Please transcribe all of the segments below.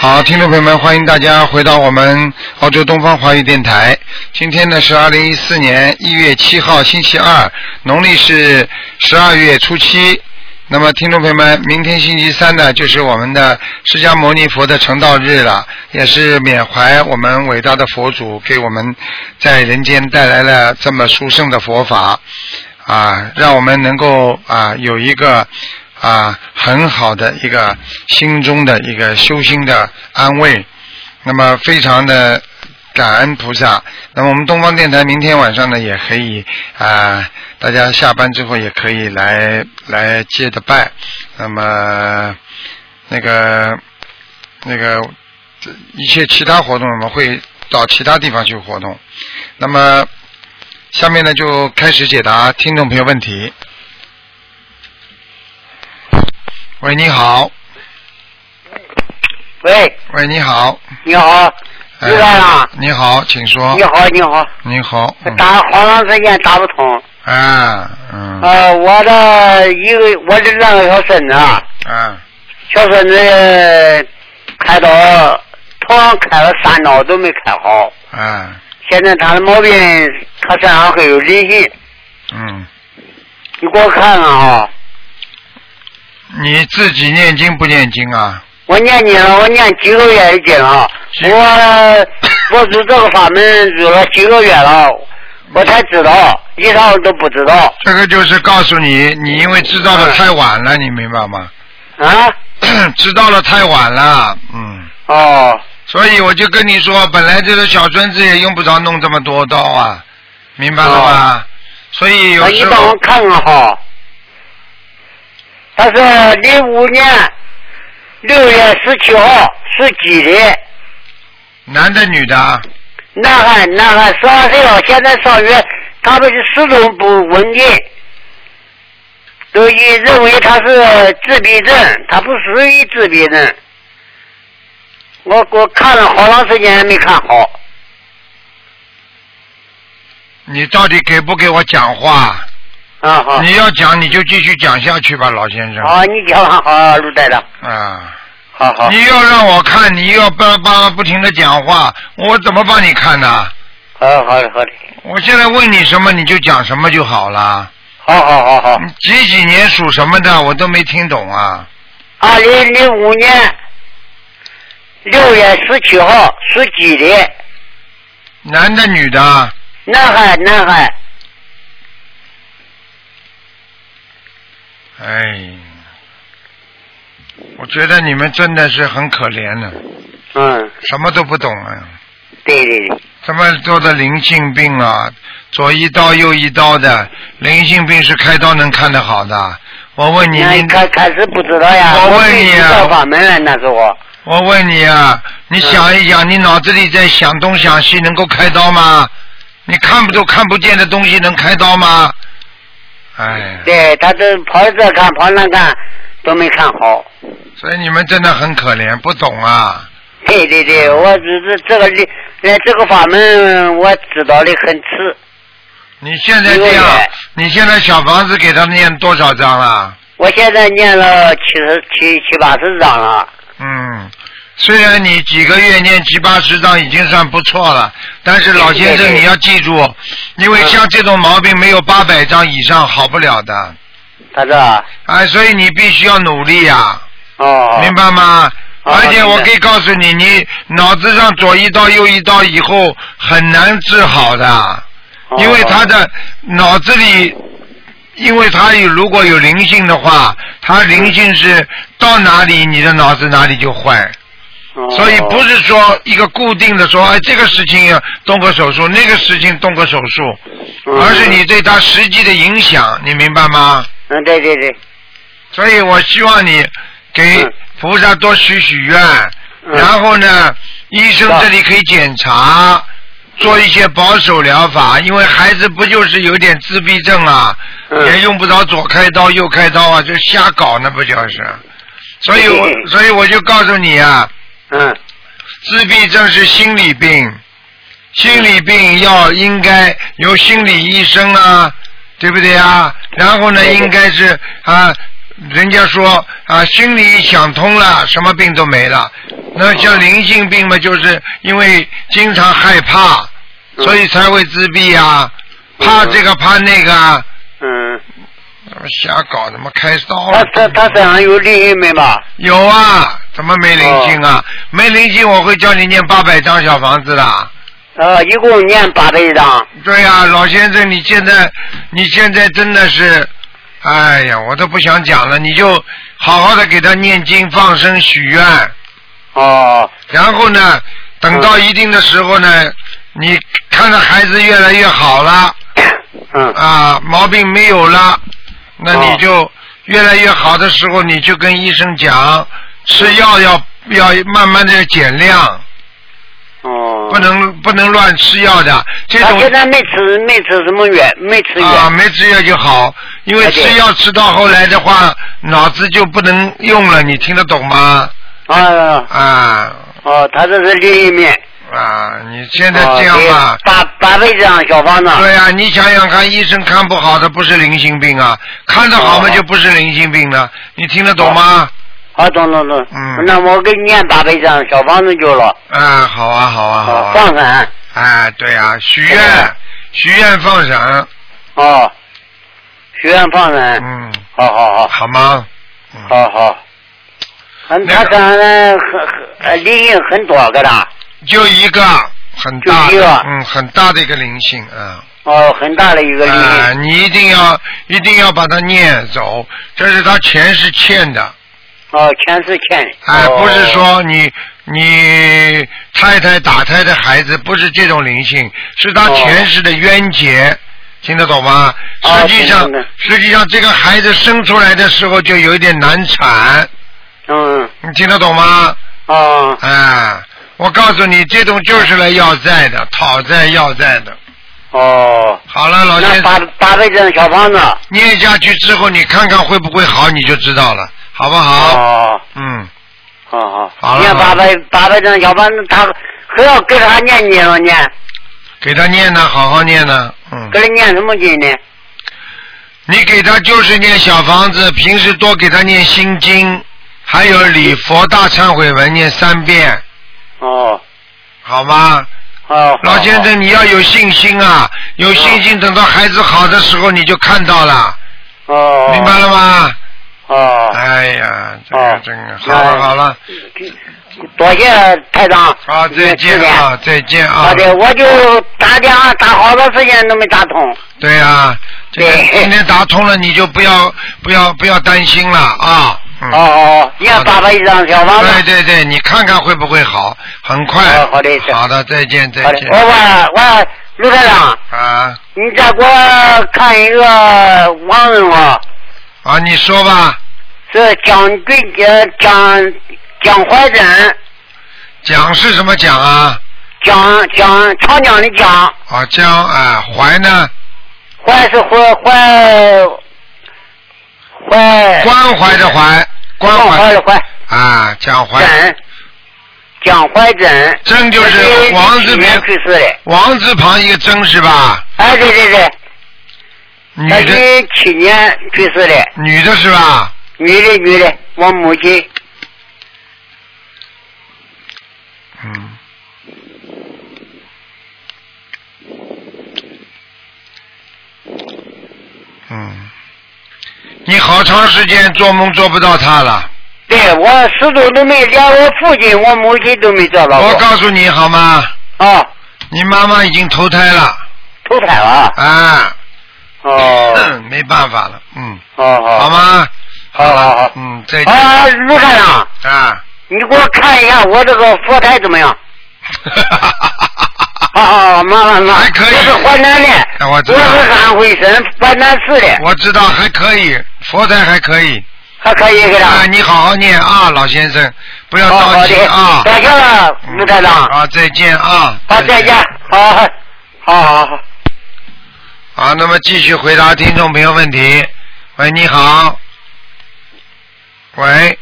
好，听众朋友们，欢迎大家回到我们澳洲东方华语电台。今天呢是二零一四年一月七号，星期二，农历是十二月初七。那么，听众朋友们，明天星期三呢，就是我们的释迦牟尼佛的成道日了，也是缅怀我们伟大的佛祖给我们在人间带来了这么殊胜的佛法啊，让我们能够啊有一个啊很好的一个心中的一个修心的安慰。那么，非常的感恩菩萨。那么我们东方电台明天晚上呢，也可以啊、大家下班之后也可以来来接着拜。那么那个那个这一些其他活动，我们会到其他地方去活动。那么下面呢，就开始解答听众朋友问题。喂，你好，喂，喂，你好，你好，哎又来了你好，请说你。好，你好，你好，嗯打好长时间打不通。啊，嗯，呃，我的一个我的两个小孙子，啊，啊，小孙子呃开刀，头上开了三刀都没开好，啊，现在他的毛病，他身上还有灵性，嗯，你给我看看啊！你自己念经不念经啊？我念经了，我念几个月的经了，几我我入这个法门入了几个月了，我才知道，以前我都不知道这个就是告诉你，你因为知道的太晚了，你明白吗？啊。 知道了太晚了，嗯，哦，所以我就跟你说，本来这个小孙子也用不着弄这么多刀啊，明白了吧？所以那有哦啊你时帮我候看看哈，他是零五年六月十七号属鸡的，男的女的啊，男孩，男孩十二岁了，现在上学，他们是始终不稳定，都以认为他是自闭症，他不属于自闭症。我我看了好长时间还没看好，你到底给不给我讲话？啊好，你要讲你就继续讲下去吧，老先生。好，你讲吧好，卢队长，啊。好好，你要让我看，你要叭叭不停的讲话，我怎么帮你看呢？好好的好的，我现在问你什么你就讲什么就好了。好好好好。你几几年属什么的我都没听懂啊！二零零五年六月十七号属鸡的，男的女的啊？男孩，男孩，哎，我觉得你们真的是很可怜的，嗯，什么都不懂啊！对对对，这么多的灵性病啊，左一刀右一刀的，灵性病是开刀能看得好的。我问你，那你开开始不知道呀，我问没你知啊道法门了，那是我，我问你啊，你想一想，你脑子里在想东想西，能够开刀吗？你看不都看不见的东西能开刀吗？哎，对他都跑这看跑那看都没看好，所以你们真的很可怜，不懂啊。对对对，我只是这个理，呃这个法门我知道的很迟，你现在这样因为，你现在小房子给他念多少张啊了？我现在念了七十七七八十章了，嗯，虽然你几个月念七八十张已经算不错了，但是老先对对生对你要记住，因为嗯像这种毛病没有八百张以上好不了的，他说啊，哎，所以你必须要努力啊呀、哦，明白吗？哦而且我明白可以告诉你，你脑子上左一刀右一刀以后很难治好的，哦因为他的脑子里，因为他有如果有灵性的话，他灵性是到哪里你的脑子哪里就坏，哦所以不是说一个固定的说，哎，这个事情要动个手术，那个事情动个手术，嗯而是你对他实际的影响，你明白吗？嗯，对对对。所以我希望你给嗯菩萨多许许愿，嗯然后呢，医生啊这里可以检嗯查，做一些保守疗法，因为孩子不就是有点自闭症啊，嗯也用不着左开刀右开刀啊，就瞎搞那不就是？所以我对所以我就告诉你啊，嗯自闭症是心理病，心理病要应该由心理医生啊，对不对啊？然后呢，对对应该是啊人家说啊，心里想通了，什么病都没了。哦那像灵性病嘛，就是因为经常害怕，嗯所以才会自闭啊，怕这个怕那个啊，嗯，瞎搞什么开刀他了。他他身上有灵性没吧？有啊，怎么没灵性哦啊？没灵性，我会叫你念八百张小房子的。呃，一共念八百张。对呀、老先生，你现在你现在真的是，哎呀，我都不想讲了，你就好好的给他念经、放生、许愿，哦，然后呢，等到一定的时候呢，你看着孩子越来越好了嗯，哦啊，毛病没有了，那你就越来越好的时候，你就跟医生讲，吃嗯药要要慢慢的减量，哦，不。能不能乱吃药的，这他种现在没吃没吃什么药，没吃药。啊，没吃药就好，因为哎对吃药吃到后来的话，脑子就不能用了，你听得懂吗？啊啊哦，他这是另一面。啊，你现在哦这样吧对，八八百张小房子。对呀、啊你想想看，医生看不好的不是灵性病啊，看得好嘛哦就不是灵性病了，你听得懂吗？好，懂懂懂。嗯那我给你念八百张小房子就了。啊，好啊，好啊，好哦放啊，生。哎，对啊，许哎愿，许愿放生，哦，许愿放生。嗯，好好好，好吗？嗯好好。嗯，那他个身上很很呃灵性很多个啦，就一个很就大一个的，嗯，很大的一个灵性，嗯。哦，很大的一个灵啊、性。你一定要一定要把它念走，这是他前世欠的，哦，全是欠的。哎、哦不是。说你你太太打胎的孩子不是这种灵性，是他哦前世的冤结，听得懂吗？哦啊实际听上、得懂的实际上这个孩子生出来的时候就有一点难产，嗯，你听得懂吗？哦，哎、我告诉你，这种就是来要债的，讨债要债的。哦，好了，老那先八生，八百张小房子。念下去之后，你看看会不会好，你就知道了，好不好？哦，嗯，好好。好了念好八了百八百张小房子，他还要给他念经了念，给他念呢，好好念呢，嗯给，他念什么经呢？你给他就是念小房子，平时多给他念心经，还有礼佛大忏悔文念三遍，哦，好吗？哦。老先好，生，你要有信心啊，有信心，等到孩子好的时候你就看到了，好哦，明白了吗？哦，哎呀，这个哦这个，好啊了那好哎了，哦多谢台长。好，再再见见啊，再见啊好，的，我就打电话打好长时间都没打通。对呀，今天对今天打通了，你就不要不要不要担心了啊，嗯哦。哦，一好人的八百一张小房子。对对对，你看看会不会好，很快。哦好的是好的，再见再好的，见我。我我卢台长，啊你再给我看一个网人啊，啊，你说吧，是蒋军呃蒋蒋怀珍，讲是什么讲啊？蒋蒋长江的江，啊，江啊，怀呢？怀是怀怀怀关怀的怀，关怀的怀啊，讲怀。珍，蒋怀珍，真就是王字去年边，去世的，王字旁一个真是吧？哎对对对。女他的，是去年去世的，哎女的是吧？女的女的，我母亲。嗯。嗯，你好长时间做梦做不到他了。对我始终都没，连我父亲、我母亲都没找到我过。告诉你好吗？啊，你妈妈已经投胎了投胎了。啊、哦，没办法了，嗯，哦好，好？吗？好好好。嗯，再见啊，卢台长，啊！你给我看一下我这个佛台怎么 样？啊啊，妈妈妈，还可以我是淮南哎的，我知道是安徽省淮南市的， 我知道还可以，佛台还可以还可以给啊！他。你好好念啊，老先生，不要哦着好急的，啊！多谢了，卢台长。啊，再见啊！好，再见。好，好好好。好，那么继续回答听众朋友问题。喂，你好。喂，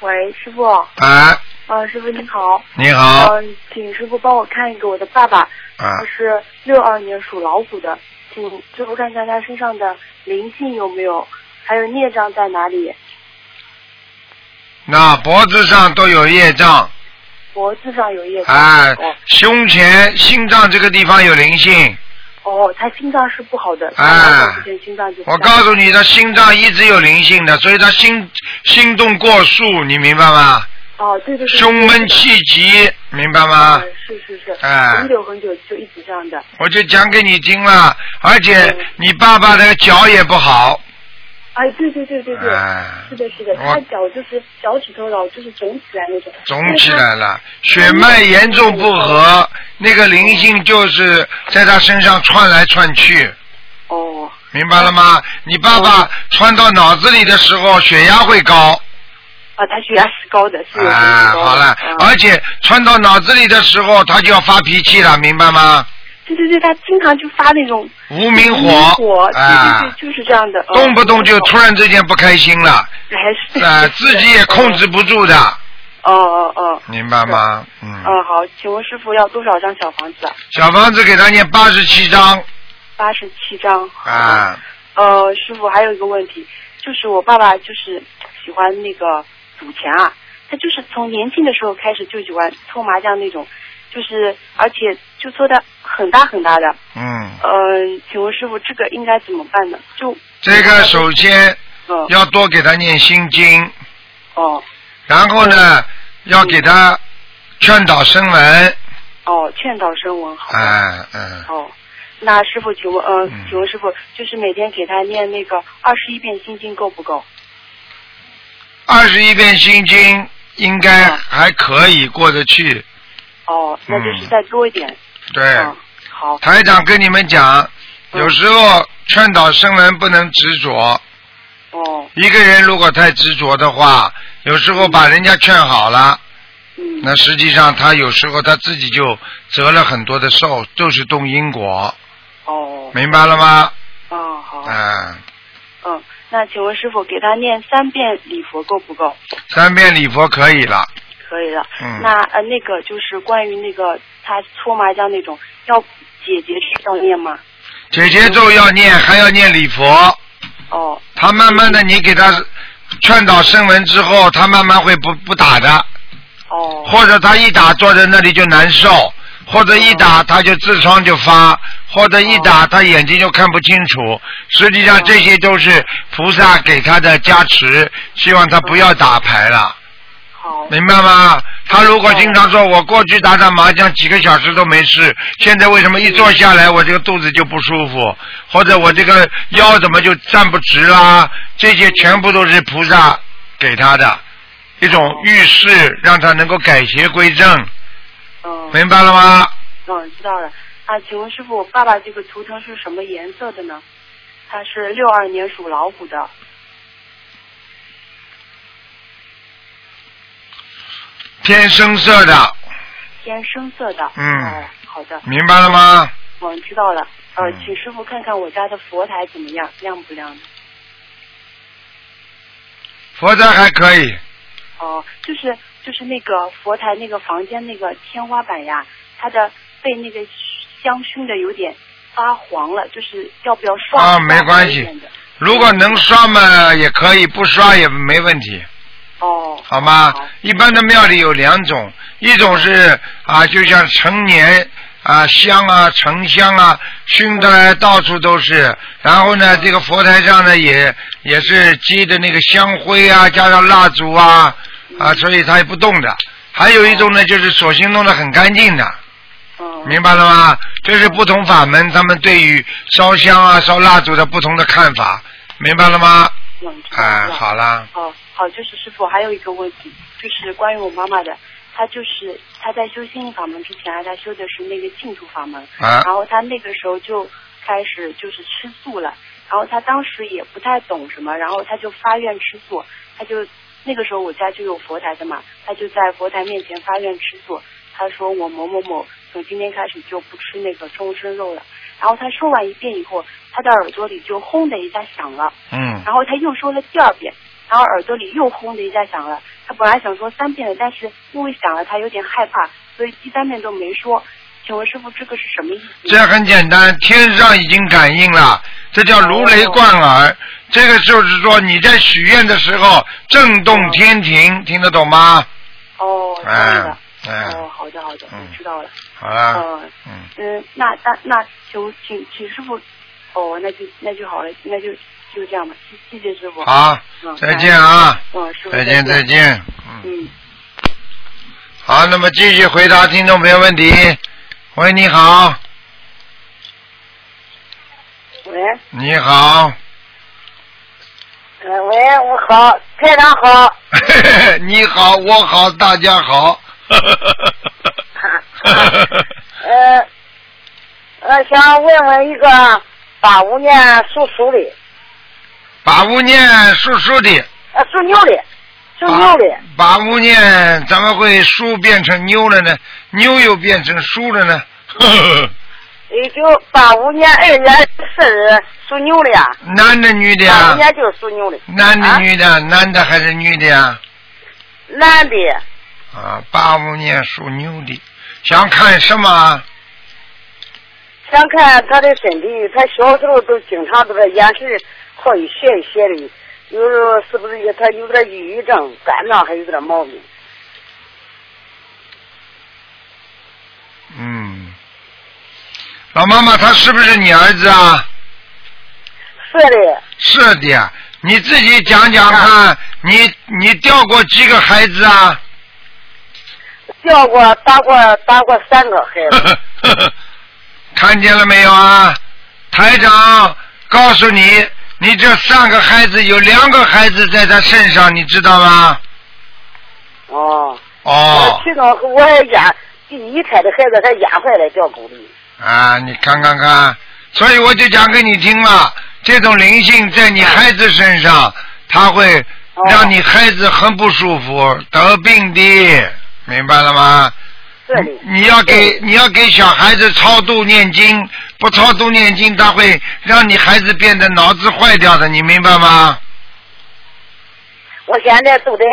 喂，师傅，啊，呃，师傅你好，你好，呃，请师傅帮我看一个我的爸爸，啊他是六二年属老虎的，请师傅看看他身上的灵性有没有，还有孽障在哪里，那脖子上都有业障，脖子上有业障。哎哦，胸前、心脏这个地方有灵性。哦，他心脏是不好的。哎他长时间心脏就不我好告诉你，他心脏一直有灵性的，所以他心心动过速，你明白吗？哦，对对对。胸闷气急，明白吗？嗯是是是。哎很久很久就一直这样的。我就讲给你听了，而且嗯你爸爸的脚也不好，哎，对对对对对。哎是的，是的，我他脚就是脚趾头老就是肿起来那种。肿起来了，血脉严重不和，那个灵性就是在他身上窜来窜去，哦明白了吗？你爸爸窜到脑子里的时候，血压会高，啊，他血压是高的，是有点啊，高的。好了，啊而且窜到脑子里的时候，他就要发脾气了，明白吗？对对对，他经常就发那种无名明火，火，啊，对对对，就是这样的。嗯动不动就突然之间不开心 了，还是啊，自己也控制。不住的，哦哦哦。明白吗？嗯，嗯，好，请问师傅要多少张小房子啊？小房子给他念八十七章，八十七张。啊，呃，师傅还有一个问题，就是我爸爸就是喜欢那个赌钱啊，他就是从年轻的时候开始就喜欢搓麻将那种，就是而且就搓的很大很大的。嗯，呃，请问师傅这个应该怎么办呢？就这个首先嗯要多给他念心经，哦然后呢，要给他劝导声闻，哦，劝导声闻好。啊，嗯，哦，那师傅，请问，呃嗯，请问师傅，就是每天给他念那个二十一遍心经够不够？二十一遍心经应该还可以过得去，嗯哦，那就是嗯再多一点。对。嗯，好。台长跟你们讲，嗯有时候劝导生人不能执着。哦，一个人如果太执着的话，有时候把人家劝好了，嗯。那实际上他有时候他自己就折了很多的寿，就是动因果，哦。明白了吗？哦，好。嗯，嗯，那请问师傅，给他念三遍礼佛够不够？三遍礼佛可以了。可以的。嗯那呃，那个就是关于那个他搓麻将那种，要姐姐去要念吗？姐姐咒要念，还要念礼佛。哦嗯他慢慢的，你给他劝导声闻之后，他慢慢会不不打的。哦。或者他一打坐在那里就难受，或者一哦打他就痔疮就发，或者一打他眼睛就看不清楚。实际哦上这些都是菩萨给他的加持，希望他不要打牌了，好。明白吗？他如果经常说我过去打打麻将几个小时都没事，现在为什么一坐下来我这个肚子就不舒服，或者我这个腰怎么就站不直啦？这些全部都是菩萨给他的一种预示，让他能够改邪归正。嗯。明白了吗？嗯，知道了。啊，请问师傅，我爸爸这个图腾是什么颜色的呢？他是六二年属老虎的。偏深色的，偏深色的。嗯哦，好的，明白了吗？嗯，知道了。呃嗯，请师傅看看我家的佛台怎么样，亮不亮？佛台还可以，哦，就是就是那个佛台那个房间那个天花板呀，它的被那个香熏的有点发黄了，就是要不要刷？啊没关系一点的。如果能刷嘛也可以，不刷也没问题，哦，好吗好？一般的庙里有两种，一种是啊，就像成年啊香啊沉香啊熏得来到处都是，然后呢，这个佛台上呢也也是积的那个香灰啊，加上蜡烛啊啊，所以它也不动的。还有一种呢，就是索性弄得很干净的，嗯，明白了吗？这是不同法门他们对于烧香啊、烧蜡烛的不同的看法，明白了吗？嗯，知道哎，知道好啦，哦，好，就是师傅还有一个问题，就是关于我妈妈的，她就是她在修心灵法门之前啊，她修的是那个净土法门，啊然后她那个时候就开始就是吃素了，然后她当时也不太懂什么，然后她就发愿吃素，她就那个时候我家就有佛台的嘛，她就在佛台面前发愿吃素，她说我某某某从今天开始就不吃那个终身肉了，然后她说完一遍以后，她的耳朵里就轰的一下响了。嗯，然后他又说了第二遍，然后耳朵里又轰的一下响了。他本来想说三遍的，但是因为响了，他有点害怕，所以第三遍都没说。请问师傅，这个是什么意思？这很简单，天上已经感应了，这叫如雷贯耳。这个就是说你在许愿的时候震动天庭，听得懂吗？哦，这样的。嗯嗯，哦，好的好的，嗯我知道了。好了，嗯嗯，嗯，那那那求请请师傅，哦，那就那就好了，那就就这样吧，谢谢谢师傅。，好，嗯，再见啊，嗯，师傅再见再再。见，嗯，嗯，好，那么继续回答听众朋友问题。喂，你好，喂，你好，呃，喂，我好，台长好，你好，我好，大家好。 呃，呃，想问问一个八五年属鼠的，八五年属鼠的，呃，属牛的，属牛的，八五年怎么会鼠变成牛了呢？牛又变成鼠了呢？ 一九八五年二月四日属牛的呀，男的女的八呀五？年就是属牛的，男的啊女的？男的还是女的呀？男的，啊，八五年属牛的，想看什么啊？想看他的身体，他小时候都经常都是眼神好一斜一斜的，有时候是不是也他有点抑郁症，肝脏还有点毛病，嗯，老妈妈，他是不是你儿子啊？是的，啊是的，你自己讲讲看，你你掉过几个孩子啊？掉过打过打过三个孩 子。看见了没有啊？台长告诉你，你这三个孩子有两个孩子在他身上，你知道吗？哦，哦，其中我还压第一胎的孩子还压坏了掉沟里。啊，你看看看，所以我就讲给你听了，这种灵性在你孩子身上，他会让你孩子很不舒服，得病的，明白了吗？这里你要给你要给小孩子超度念经，不超度念经，他会让你孩子变得脑子坏掉的，你明白吗？我现在都得，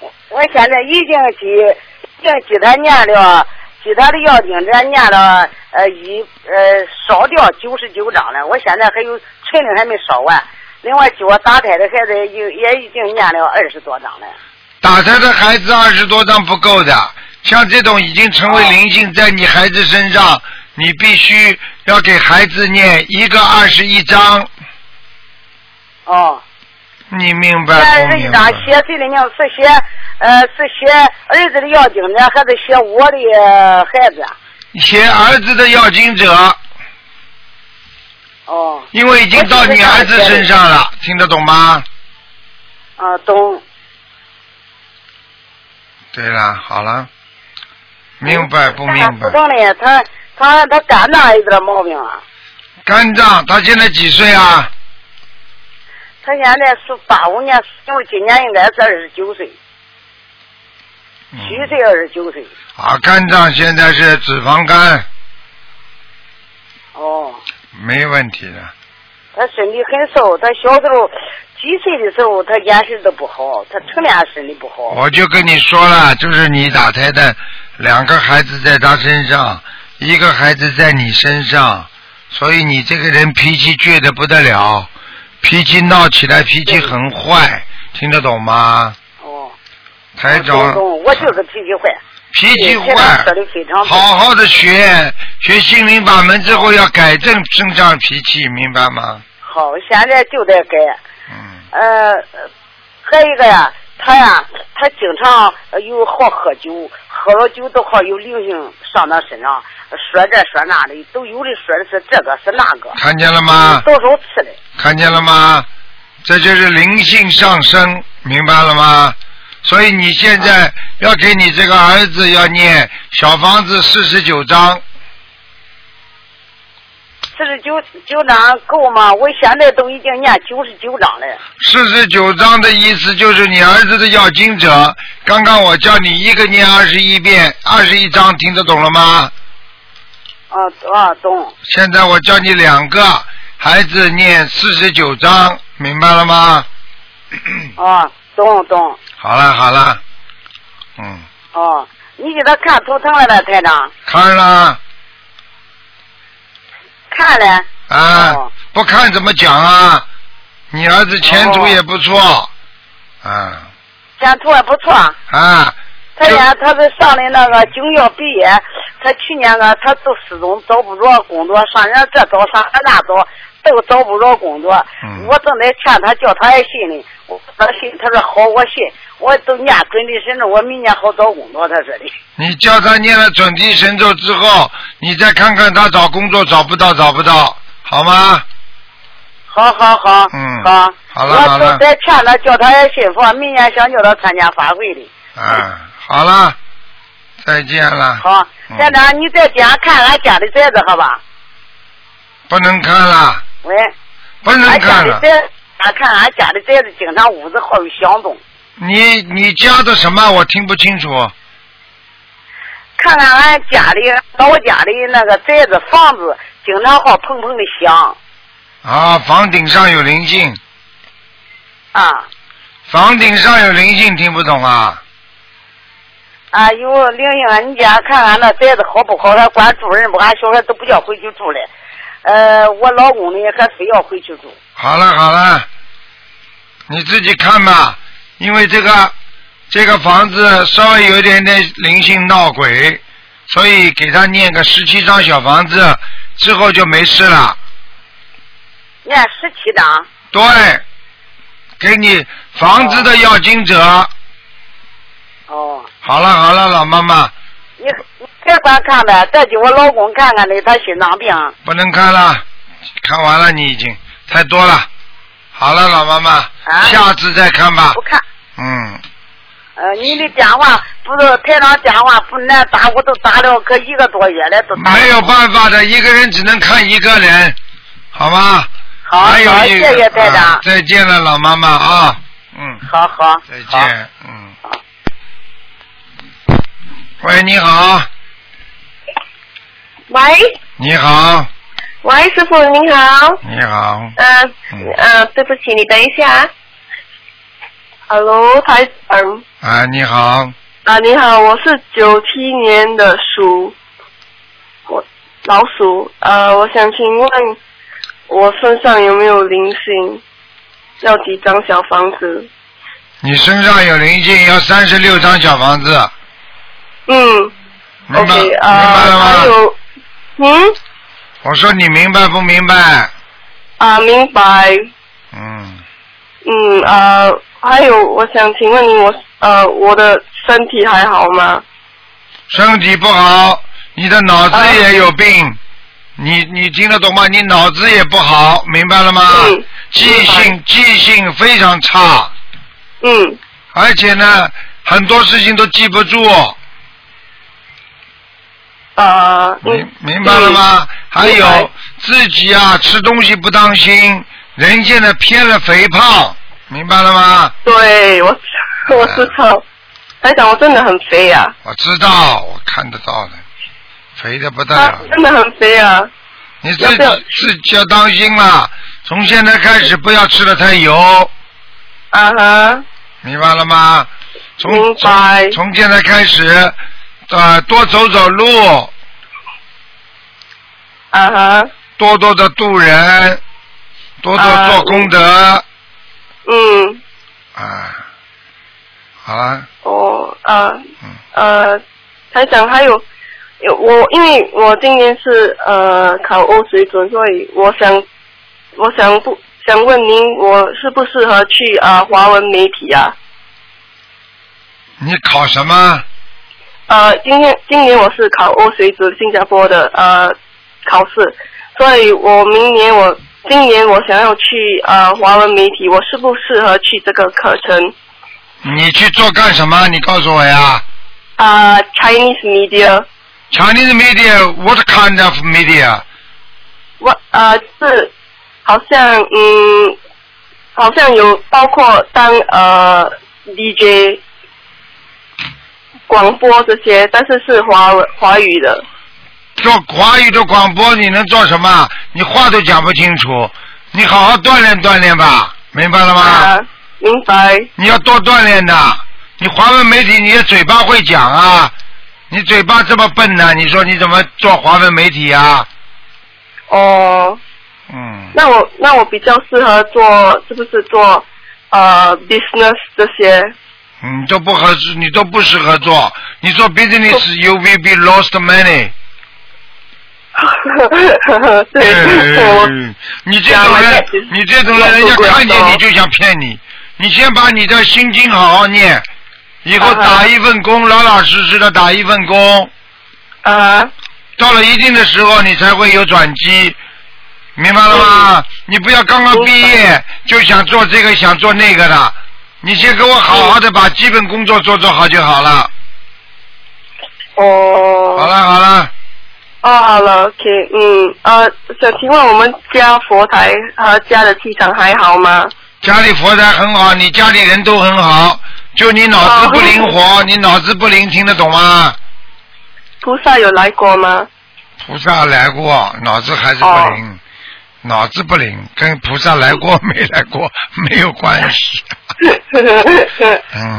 我我现在已经给已经给他念了，给他的药经咱念了呃一呃烧掉九十九章了，我现在还有存的还没烧完。另外，给我打胎的孩子也也已经念了二十多章了。打胎的孩子二十多张不够的，像这种已经成哦为灵性在你孩子身上，你必须要给孩子念一个二十一章，哦，你明白二不十一明张白？写谁的名？是写呃是写儿子的要经呢，还是写我的呃孩子啊？写儿子的要经者，哦，因为已经到你儿子身上了，听得懂吗？啊，懂。对了，好了，嗯明白不明不白？懂的，他他他肝脏有点毛病啊。肝脏，他现在几岁啊？他现在是八五年，因为今年应该是二十九岁，嗯虚岁二十九岁。啊，肝脏现在是脂肪肝，哦，没问题的。他身体很瘦，他小时候几岁的时候，他眼神都不好，他成天身体不好。我就跟你说了，就是你打胎的两个孩子在他身上，一个孩子在你身上，所以你这个人脾气倔得不得了，脾气闹起来脾气很坏，听得懂吗？哦，台懂长，懂，我就是脾气坏。脾气台坏长说，的非常对好好的学学心灵法门之后要改正身上脾气，明白吗？好，现在就得改。嗯。呃，呃还有一个呀，他呀，他经常呃有好喝酒，喝了酒都好有灵性上他身上，说这说那的，都有的说的是这个是那个，嗯看见了吗？到处吃的。看见了吗？这就是灵性上升，明白了吗？所以你现啊在要给你这个儿子要念小房子四十九章，四十九九张够吗？我现在都已经念九十九张了。四十九章的意思就是你儿子的要经者。刚刚我叫你一个念二十一遍，二十一章听得懂了吗？啊啊，懂现在我叫你两个孩子念四十九章，明白了吗？ 嗯啊，懂懂好了好了，嗯，哦、你给他看头疼了呗，台长？看了看了。啊，哦不看怎么讲啊？你儿子前途也不错，啊前途也不错。啊，他家他是上的那个警校毕业，他去年个他都始终找不着工作，上人这找上人那找，都找不着工作。嗯我正在劝他，叫他也信呢。我他信，他说好，我信，我都念准备神咒，我明年好找工作。他说的，你叫他念了准提神咒之后，你再看看他找工作找不到找不到，好吗？好好好，嗯好，好了好我了正在劝他，叫他也信佛，明年想叫他参加法会的。啊，好了，再见了，好，嗯站长，你在家看俺家的宅子好吧？不能看了，喂，不能俺家看的了。宅，俺看俺家的宅子经常屋子好有响动。你你叫的什么？我听不清楚。看看俺家里老家里那个宅子房子，经常好砰砰的响啊，房顶上有灵性，啊房顶上有灵性，听不懂啊？啊！有灵性啊，你家看俺那宅子好不好？他管住人不，俺小孩都不叫回去住了。呃，我老公呢还非要回去住。好了好了，你自己看吧，因为这个这个房子稍微有一点点灵性闹鬼，所以给他念个十七张小房子之后就没事了。念十七张，对，给你房子的要经者。哦，好了好了，老妈妈你你别管看呗，再给我老公看看呢，他心脏病。不能看了，看完了你已经太多了。好了，老妈妈，啊下次再看吧不。看，嗯，呃，你的电话不是台长电话不难打，我都打了可一个多月了，都打了没有办法的，一个人只能看一个人，好吗？好，还有好，一谢个谢台长，啊再见了，老妈妈啊，嗯，好好，再好见，嗯。喂，你好，喂你好，喂，师傅您好，你好，呃嗯呃，对不起，你等一下啊。Hello，台长啊，你好，啊，你好，我是九七年的鼠，我老鼠，呃，我想请问我身上有没有灵性？要几张小房子？你身上有灵性，要三十六张小房子，嗯明白、 ，OK，明白呃，了吗？还有，嗯我说你明白不明白？啊，明白，嗯，嗯呃，还有，我想请问你我呃我的身体还好吗？身体不好，你的脑啊子也有病，你你听得懂吗？你脑子也不好，明白了吗？嗯记性记性非常差，嗯。而且呢，很多事情都记不住，啊，明嗯明白了？吗？还明白有自己啊，吃东西不当心，人现在偏了肥胖，明白了吗？哎嗯对，我 我知道，台长，我真的很肥啊，我知道，我看得到的，肥的不得啊了。，真的很肥啊，你自要不要己自己要当心了，从现在开始不要吃的太油，啊哈，明白了吗？从明白从从现在开始，呃，多走走路，啊哈，多多的度人，多多啊做功德嗯，啊。好了，哦，啊嗯，呃，台长还有。有我，因为我今年是呃考欧水准，所以我想，我想不想问您，我适不适合去啊、呃华文媒体啊？你考什么？呃，今天今年我是考欧水准新加坡的呃考试，所以我明年我今年我想要去呃华文媒体，我适不适合去这个课程你去做干什么？你告诉我呀。啊、呃 Chinese media Chinese media, what kind of media? 我呃是好像嗯好像有包括当呃 DJ 广播这些，但是是华文华语的。做华语的广播，你能做什么？你话都讲不清楚，你好好锻炼锻炼吧，明白了吗？啊，明白。你要多锻炼的。你华文媒体，你的嘴巴会讲啊，你嘴巴这么笨呢、你说你怎么做华文媒体啊？哦，嗯，那我那我比较适合做是不是做呃 business 这些？你嗯都不合适，你都不适合做。你做 business you will be lost money。 对，我嗯，你这种人，你这种人，人家看见你就想骗你。你先把你的心经好好念，以后啊哈打一份工，老老实实的打一份工，啊到了一定的时候，你才会有转机，明白了吗？你不要刚刚毕业就想做这个想做那个的，你先给我好好的把基本工作做做好就好了。哦。好了好了，哦，好了，OK，嗯，呃，想请问我们家佛台和家的气场还好吗？家里佛台很好，你家里人都很好，就你脑子不灵哦活，你脑子不灵，听得懂吗？菩萨有来过吗？菩萨来过，脑子还是不灵，哦脑子不灵，跟菩萨来过 没来过没有关系。嗯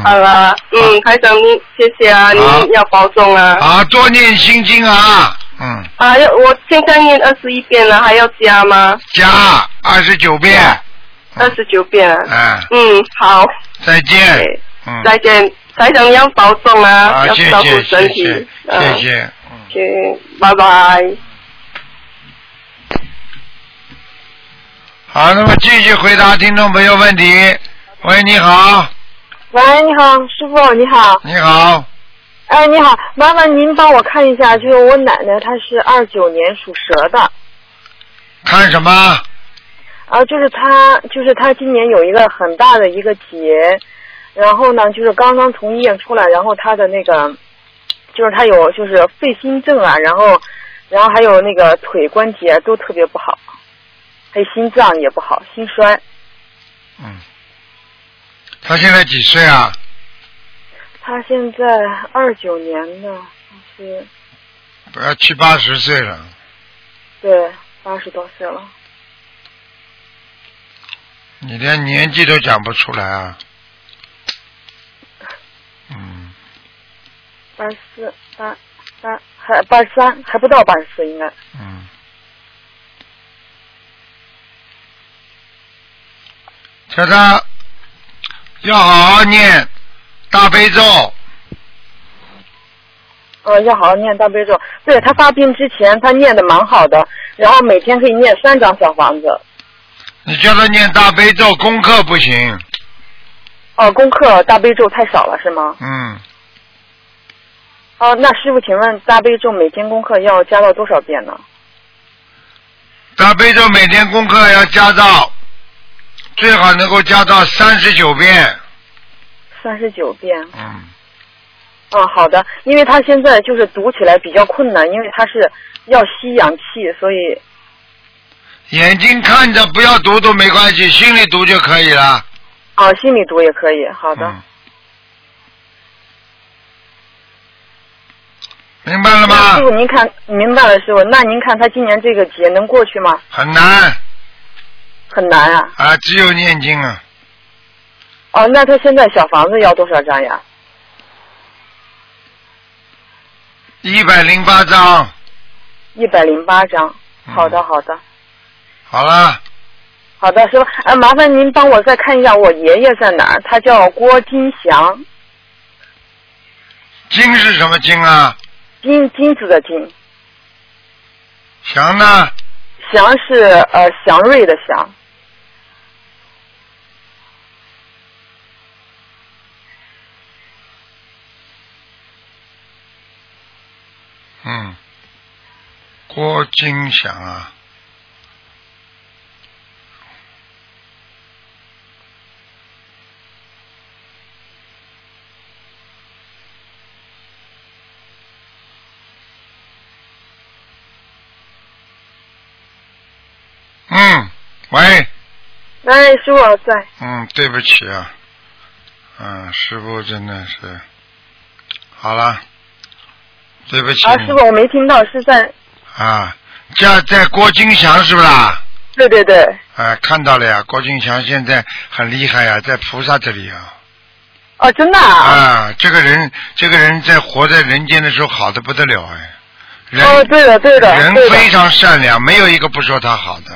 好了，嗯，台长您谢谢啊，好您要保重啊。啊，多念心经啊，嗯，啊，要我现在念二十一遍了，还要加吗？加二十九遍，二十九遍啊。嗯，嗯，好，再见对，嗯，再见，台长要保重啊，啊，要谢照顾谢身谢体，谢嗯谢谢，嗯， OK，拜拜。好，那么继续回答听众朋友问题。喂，你好，喂，你好，师傅，你好。你好，哎，你好，麻烦您帮我看一下，就是我奶奶，她是二九年属蛇的，看什么？啊，就是她，就是她今年有一个很大的一个结，然后呢，就是刚刚从医院出来，然后她的那个，就是她有就是肺心症啊，然后，然后还有那个腿关节啊都特别不好，还有心脏也不好，心衰。嗯，他现在几岁啊？她现在二九年的，是，不要七八十岁了。对，八十多岁了。你连年纪都讲不出来啊。嗯，八十四、八八还八十三，还不到八十四应该。嗯，叫他要好好念大悲咒，呃，要好好念大悲咒。对他发病之前，他念的蛮好的，然后每天可以念三张小房子。你叫他念大悲咒，功课不行。哦、功课大悲咒太少了是吗？嗯，哦、那师傅，请问大悲咒每天功课要加到多少遍呢？大悲咒每天功课要加到，最好能够加到三十九遍。三十九遍。嗯，嗯，好的，因为他现在就是读起来比较困难，因为他是要吸氧气，所以眼睛看着不要读都没关系，心里读就可以了。啊、心里读也可以。好的，嗯。明白了那师傅吗？您看明白了，师傅，那您看他今年这个节能过去吗？很难很难啊。啊，只有念经啊。哦，那他现在小房子要多少张呀？一百零八章。一百零八张。嗯好的，。好的，好了，好的，师傅，哎，麻烦您帮我再看一下我爷爷在哪儿？他叫郭金祥，经是什么经啊？金金子的金，祥呢？祥是呃祥瑞的祥。嗯。郭金祥啊。嗯，喂，哎，师傅在，嗯，对不起啊，嗯，师傅真的是，好了，对不起啊，师傅我没听到是在，啊，这在郭金祥是不是啦？对对对，啊，看到了呀，郭金祥现在很厉害呀，在菩萨这里啊。哦，真的啊，啊，这个人，这个人在活在人间的时候好的不得了哎，人、哦，对的对的人对的，非常善良，没有一个不说他好的。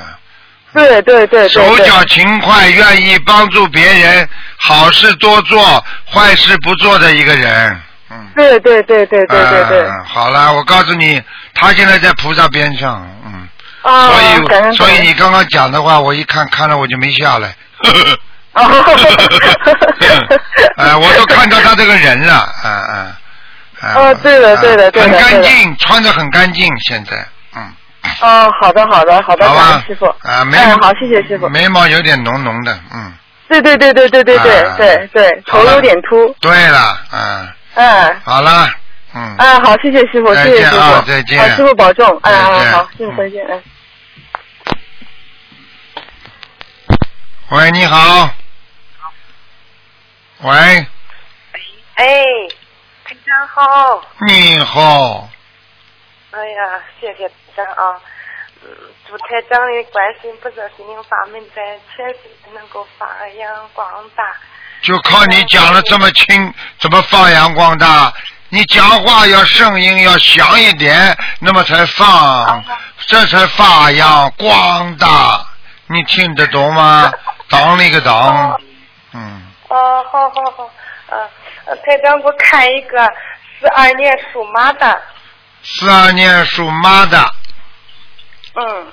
对对对对手对脚勤快，愿意帮助别人，好事多做，坏事不做的一个人。嗯，对对对对对对对啊好了，我告诉你，他现在在菩萨边上，嗯，啊！所以、感恩所以感恩你刚刚讲的话，我一看看了我就没下来。 哦 哎、我都看到他这个人了，嗯、嗯。啊哦对了对了对了很干对了净，穿的很干净，现在，嗯，哦，好的好的好的，感好吧恩师傅。啊，眉哎，好，谢谢师傅。眉毛有点浓浓的，嗯，对对对对对对啊对对对，头有点秃。对了，嗯，嗯好了，嗯，嗯，好，谢谢师傅，再谢见谢师傅。啊再见好，师傅保重。哎再见哎，好，师傅嗯再见。哎。喂，你好，喂，哎，台长好！你好，哎呀，谢谢台长啊！嗯，祝台长的关心不是心灵法门在全世界能够发扬光大。就靠你讲的这么轻，怎么发扬光大？你讲话要声音要响一点，那么才放，这才发扬光大。你听得懂吗？当那个当，嗯，哦，好好好，嗯、呃，台长给我看一个四二年属马的，四二年属马的嗯，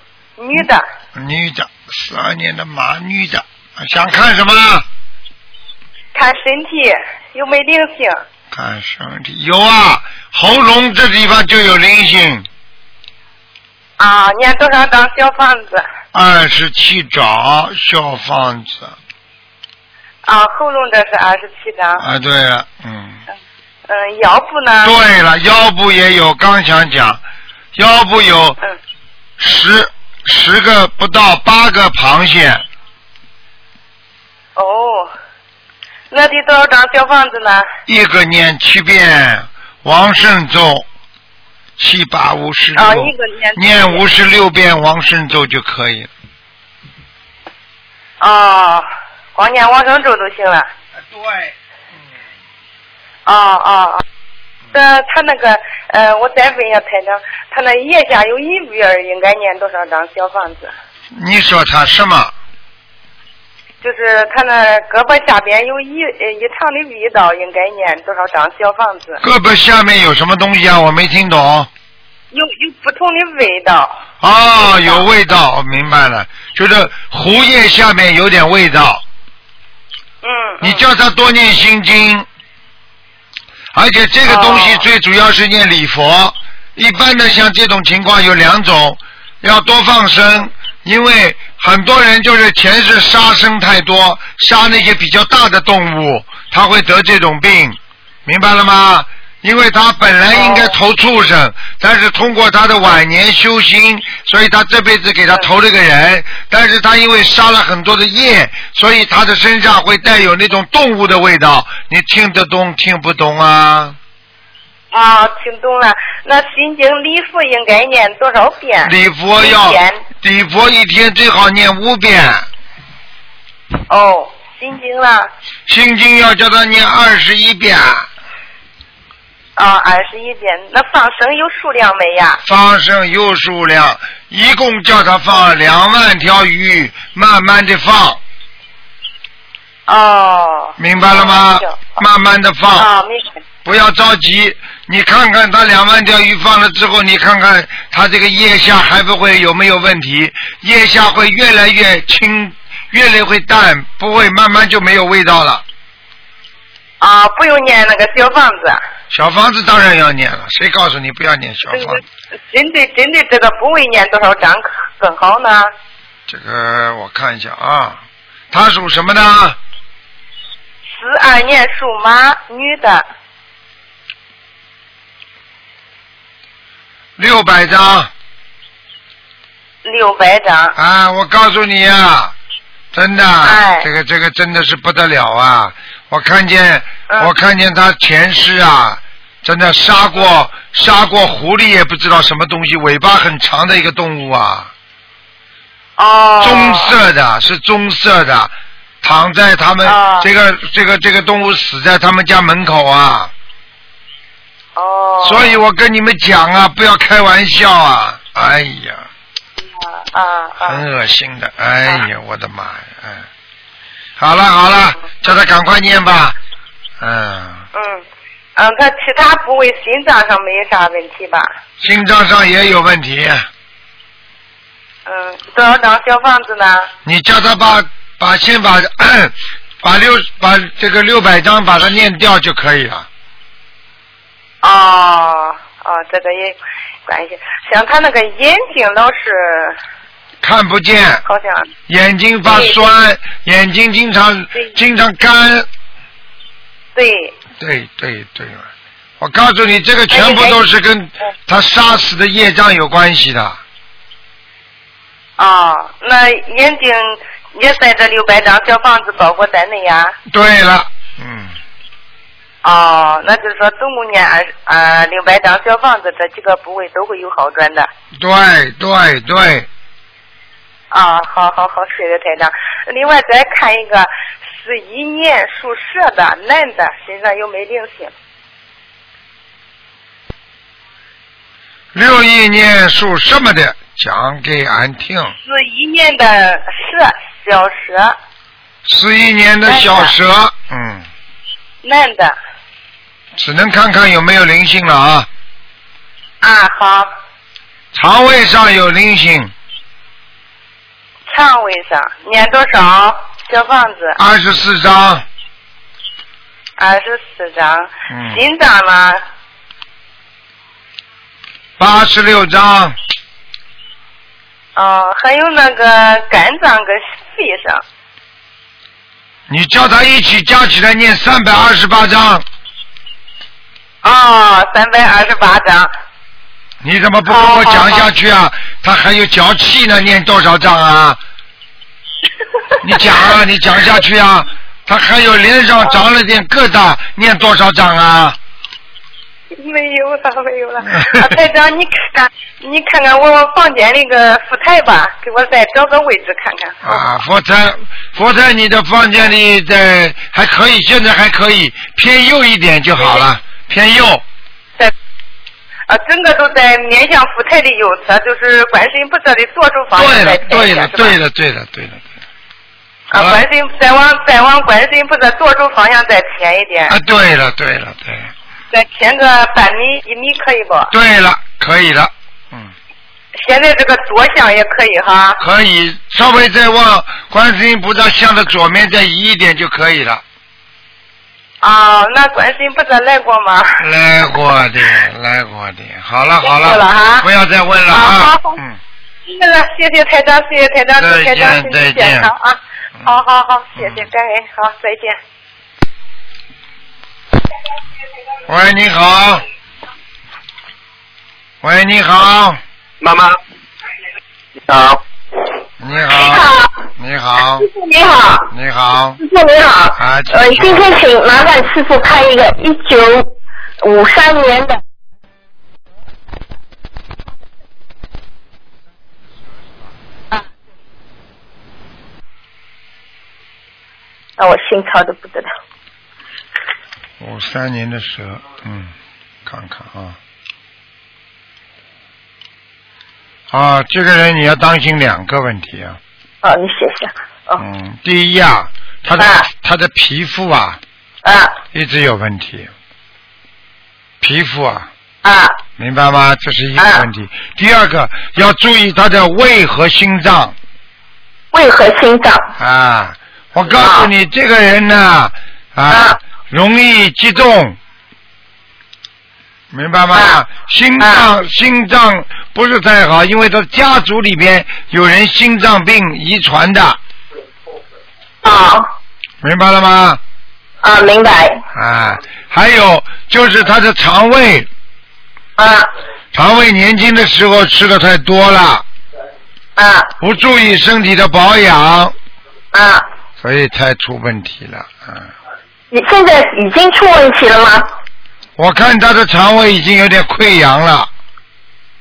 女的，女的，四二年的马女的，想看什么？看身体有没灵性？看身体有啊，喉咙这地方就有灵性，啊，念多少张小房子？二十七爪小房子啊，喉咙这是二十七张。啊。对了，嗯，嗯，腰部呢？对了，腰部也有，刚想讲，腰部有嗯，十十个不到八个螃蟹，哦，那得多少张小房子呢？一个念七遍王圣咒，七八五十六，啊，一个念念五十六遍王圣咒就可以了。哦，光念往生咒就行了。对，哦哦哦。这他那个，呃，我再问一下台长，他那腋下有一粒儿，应该念多少张小房子？你说他什么？就是他那胳膊下边有一呃一长的味道，应该念多少张小房子？胳膊下面有什么东西啊？我没听懂。有有不同的味道。哦，有味道，我明白了，就是胡叶下面有点味道。嗯。你嗯叫他多念心经，而且这个东西哦最主要是念礼佛。一般的像这种情况有两种，要多放生，因为很多人就是前世杀生太多，杀那些比较大的动物，他会得这种病，明白了吗？因为他本来应该投畜哦生，但是通过他的晚年修心，所以他这辈子给他投了个人，但是他因为杀了很多的业，所以他的身上会带有那种动物的味道。你听得懂听不懂啊？啊，听懂了。那心经礼佛应该念多少遍？礼佛要一天礼佛一天最好念五遍，哦，心经了。心经要叫他念二十一遍，啊，二十一遍。那放生有数量没呀？放生有数量，一共叫他放两万条鱼，慢慢的放。哦。明白了吗行？慢慢的放，啊，明白。不要着急。你看看他两万条鱼放了之后，你看看他这个腋下还不会有没有问题？腋下会越来越轻，越来越会淡，不会慢慢就没有味道了。啊，不用念那个小房子。小房子当然要念了，谁告诉你不要念小这房个子？针对针对这个部位念多少章更好呢？这个我看一下啊，他属什么呢？十二年属马，女的。六百张六百张，啊！我告诉你啊，真的，哎这个这个真的是不得了啊！我看见、嗯我看见他前世啊，真的杀过杀过狐狸，也不知道什么东西，尾巴很长的一个动物啊，哦，棕色的，是棕色的，躺在他们、哦这个这个这个动物死在他们家门口啊，哦，所以我跟你们讲啊，不要开玩笑啊！哎呀，啊啊啊很恶心的，哎呀，我的妈呀！嗯，好了好了，叫他赶快念吧。嗯，嗯嗯，他其他部位心脏上没啥问题吧？心脏上也有问题，嗯，多少张小房子呢？你叫他把把先把 把六把这个六百章把它念掉就可以了。哦哦，这个也关系。像他那个眼睛老是看不见，好像，眼睛发酸，眼睛经常对经常干。对对对对了，我告诉你，这个全部都是跟他杀死的业障有关系的。哦，那眼睛也在这六百张小房子包括在内呀、对了，嗯，哦，那就是说总共念二啊六百张小房子，这几个部位都会有好转的。对对对，啊，好好好，谢谢台长。另外再看一个十一年属蛇的男的，身上有没灵性？六亿年属什么的，讲给俺听。十一年的蛇，小蛇，十一年的小蛇，嗯，男的。只能看看有没有灵性了啊。啊，好，肠胃上有灵性，肠胃上念多少小房子？二十四章，二十四张。嗯心脏呢？八十六章，哦，还有那个肝脏跟肺上。你叫他一起加起来念三百二十八章，哦，三百二十八张。你怎么不跟我讲下去啊？他还有脚气呢，念多少章啊？你讲啊，你讲下去啊。他还有脸上长了点疙瘩，念多少章啊？ 没有了，没有 了。啊，台长，你看看，你看看我房间那个福台吧，给我再找个位置看看。啊，佛台，佛台，你的房间里在还可以，现在还可以，偏右一点就好了，偏右。在啊，整个都在面向福台的右侧，就是观世音菩萨的左手方对向了在，前对面了，是吧对了，对了，对了。啊，观世音再往再往观世音菩萨左手方向再偏一点，啊，对了，对了，对了，再偏个半米一米可以不？对了，可以了，嗯，现在这个左向也可以哈。可以，稍微再往观世音菩萨像的左面再移一点就可以了。啊，那观世音菩萨来过吗？来过的，来过的，好了好辛苦了啊不要再问了啊啊好，嗯，那个谢谢台长，谢谢台长，祝台长再见身再体见健康啊！好好好，谢谢嗯感恩，好再见。喂，你好，喂，你好，妈妈，你好，你好，你好，师傅你好，你好，师傅你好，啊，请啊呃，今说天请麻烦师傅看一个一九五三年的，啊，我心跳的不得了。五三年的蛇，嗯，看看啊。啊，这个人你要当心两个问题啊。哦，你写下。哦，嗯，第一啊，他的、啊他的皮肤啊啊一直有问题，皮肤啊，啊明白吗？这是一个啊问题。第二个要注意他的胃和心脏胃和心脏啊。我告诉你，这个人呢啊啊容易激动。明白吗？啊心脏、心脏不是太好，因为他家族里边有人心脏病遗传的，啊明白了吗？啊，明白啊，还有就是他的肠胃，啊肠胃年轻的时候吃的太多了，啊不注意身体的保养，啊！所以才出问题了。啊，你现在已经出问题了吗？我看他的肠胃已经有点溃疡了，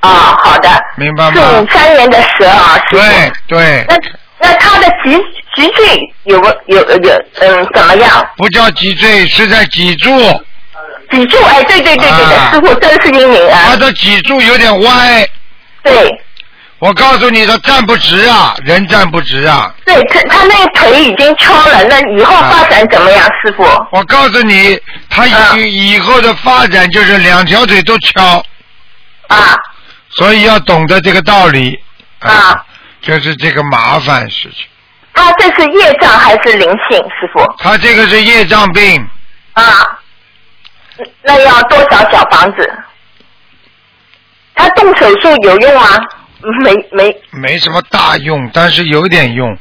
啊，好的。明白是吗五？三年的蛇啊，师傅对对，那那他的脊脊椎有个有有嗯怎么样？不叫脊椎，是在脊柱，脊柱哎，对对对对对，啊师傅真是英明他啊！的脊柱有点歪，哎对我告诉你，他站不直啊，人站不直啊。对他他那个腿已经敲了，那以后发展怎么样，师傅？啊我告诉你，他以、以后的发展就是两条腿都敲。啊。所以要懂得这个道理。啊。就是这个麻烦事情，他这是业障还是灵性，师傅？他这个是业障病，啊，那要多少小房子？他动手术有用吗？没没，啊没什么大用，但是有点用。